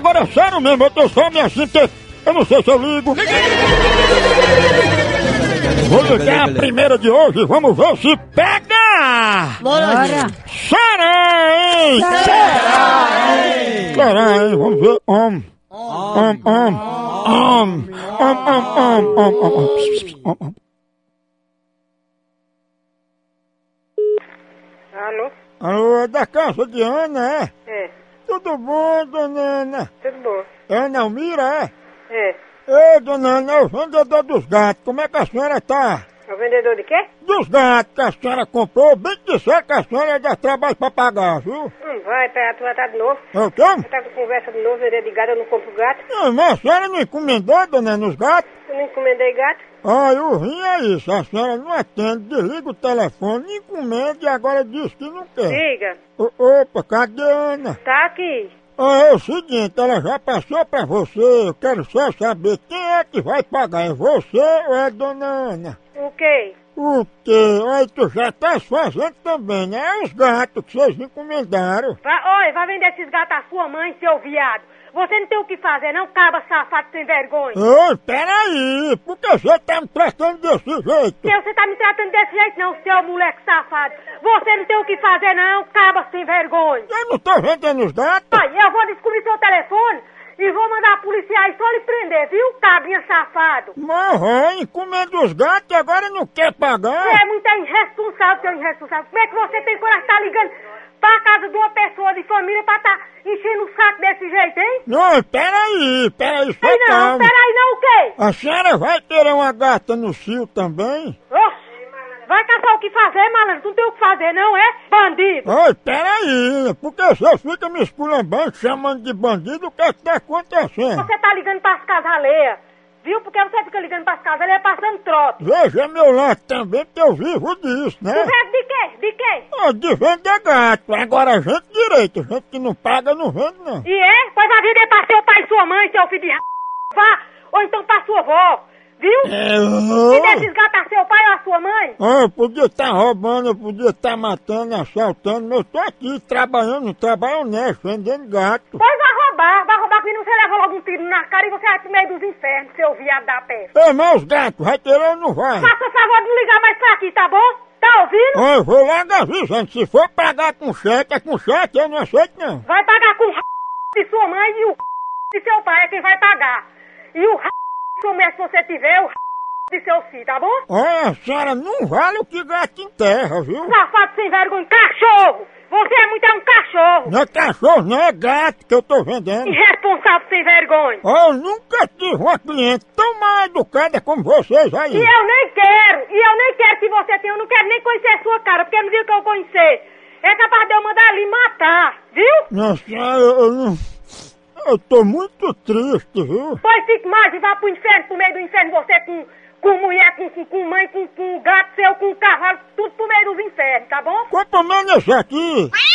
Agora, é sério mesmo, eu tô só me assim, porque eu não sei se eu ligo. Vou ligar a primeira é de hoje, vamos ver se pega! Bora! Será, hein? Será, hein? Vamos ver. Om. Om, om. Om. Om, om, om, om, om, om. Pss, pss, om, om. Alô? Alô, é da casa de Ana, é? É, Tudo bom, dona Ana? tudo bom. É Ana Almira, é? É. Ei, dona Ana, é o vendedor dos gatos. Como é que a senhora tá? É o vendedor de quê? Dos gatos que a senhora comprou, bem que disser que a senhora dá trabalho pra pagar, viu? Não Hum, vai, pra tu vai tá de novo. É o quê? Tu tá com conversa de novo, vendedor de gato, eu não compro gato. Não, mas a senhora não encomendou, dona Ana, os gatos? Eu não encomendei gato. Ah, eu vim é isso, a senhora não atende, desliga o telefone, encomenda e agora diz que não quer. Diga, O, opa, cadê a Ana? tá aqui. Ah, é o seguinte, ela já passou pra você, eu quero só saber quem é que vai pagar, é você ou é dona Ana? O quê? O quê? Aí tu já tá se fazendo também, né? É os gatos que vocês encomendaram. Vai, oi, vai vender esses gatos à sua mãe, seu viado. Você não tem o que fazer, não, caba safado sem vergonha. Ô, peraí, por que você tá me tratando desse jeito? Seu, você tá me tratando desse jeito, não, seu moleque safado. Você não tem o que fazer, não, caba sem vergonha. Eu não tô vendendo os gatos. Pai, eu vou descobrir seu telefone e vou mandar policiais só lhe prender, viu, cabinha safado? Morra, encomenda os gatos e agora não quer pagar. Você é muito irresponsável, seu irresponsável. Como é que você tem coragem de estar ligando pra casa de uma pessoa de família pra estar enchendo o saco desse jeito, hein? Não, peraí, peraí, só Ei, não, calma. peraí, não o quê? A senhora vai ter uma gata no cio também? Oxe, vai caçar o que fazer, malandro. Tu não tem o que fazer, não, é? Bandido. Oi, peraí, porque você fica me esculambando, chamando de bandido, o que é que tá acontecendo? Você tá ligando pras casas alheias, viu? Porque você fica ligando pras casas alheias passando trote. Veja meu lado também, porque eu vivo disso, né? O resto de quê? De quê? Ah, De vender gato, agora gente direito, gente que não paga não vende não. E é? Pois a vida é pra seu pai e sua mãe, seu filho de r... Vá, ou então pra sua avó, viu? Se der É, desgatar seu pai ou a sua mãe... Ah, eu podia estar roubando, eu podia estar matando, assaltando, mas eu tô aqui trabalhando, um trabalho honesto, vendendo gato. Pois vai roubar, vai roubar que não você leva logo um tiro na cara e você vai pro meio dos infernos, seu viado da peste. Ei, mas os gatos, vai ter ou não vai? Faça o favor de não ligar mais pra aqui, tá bom? Tá ouvindo? Ó, eu vou logo avisando, se for pagar com cheque, é com cheque, eu não aceito não. Vai pagar com o r... de sua mãe e o r... de seu pai é quem vai pagar. E o r... de comércio que você tiver, o r... de seu filho, tá bom? Olha, Ah, a senhora não vale o que gasta em terra, viu? Safado sem vergonha, cachorro! Você é muito é um cachorro! Não é cachorro, não é gato que eu tô vendendo. Irresponsável sem vergonha! Ó, eu nunca tive uma cliente tão mal educada como vocês aí. E eu nem quero, e eu nem quero que você tenha, eu não quero nem conhecer a sua cara, porque no dia que eu conhecer, é capaz de eu mandar ali matar, viu? Não, senhora, eu, eu não... Eu tô muito triste, viu? Pois fique mais e vá pro inferno, pro meio do inferno, você com, com mulher, com, com, com mãe, com, com gato seu, com cavalo, tudo pro meio dos infernos, tá bom? Quanto menos isso aqui,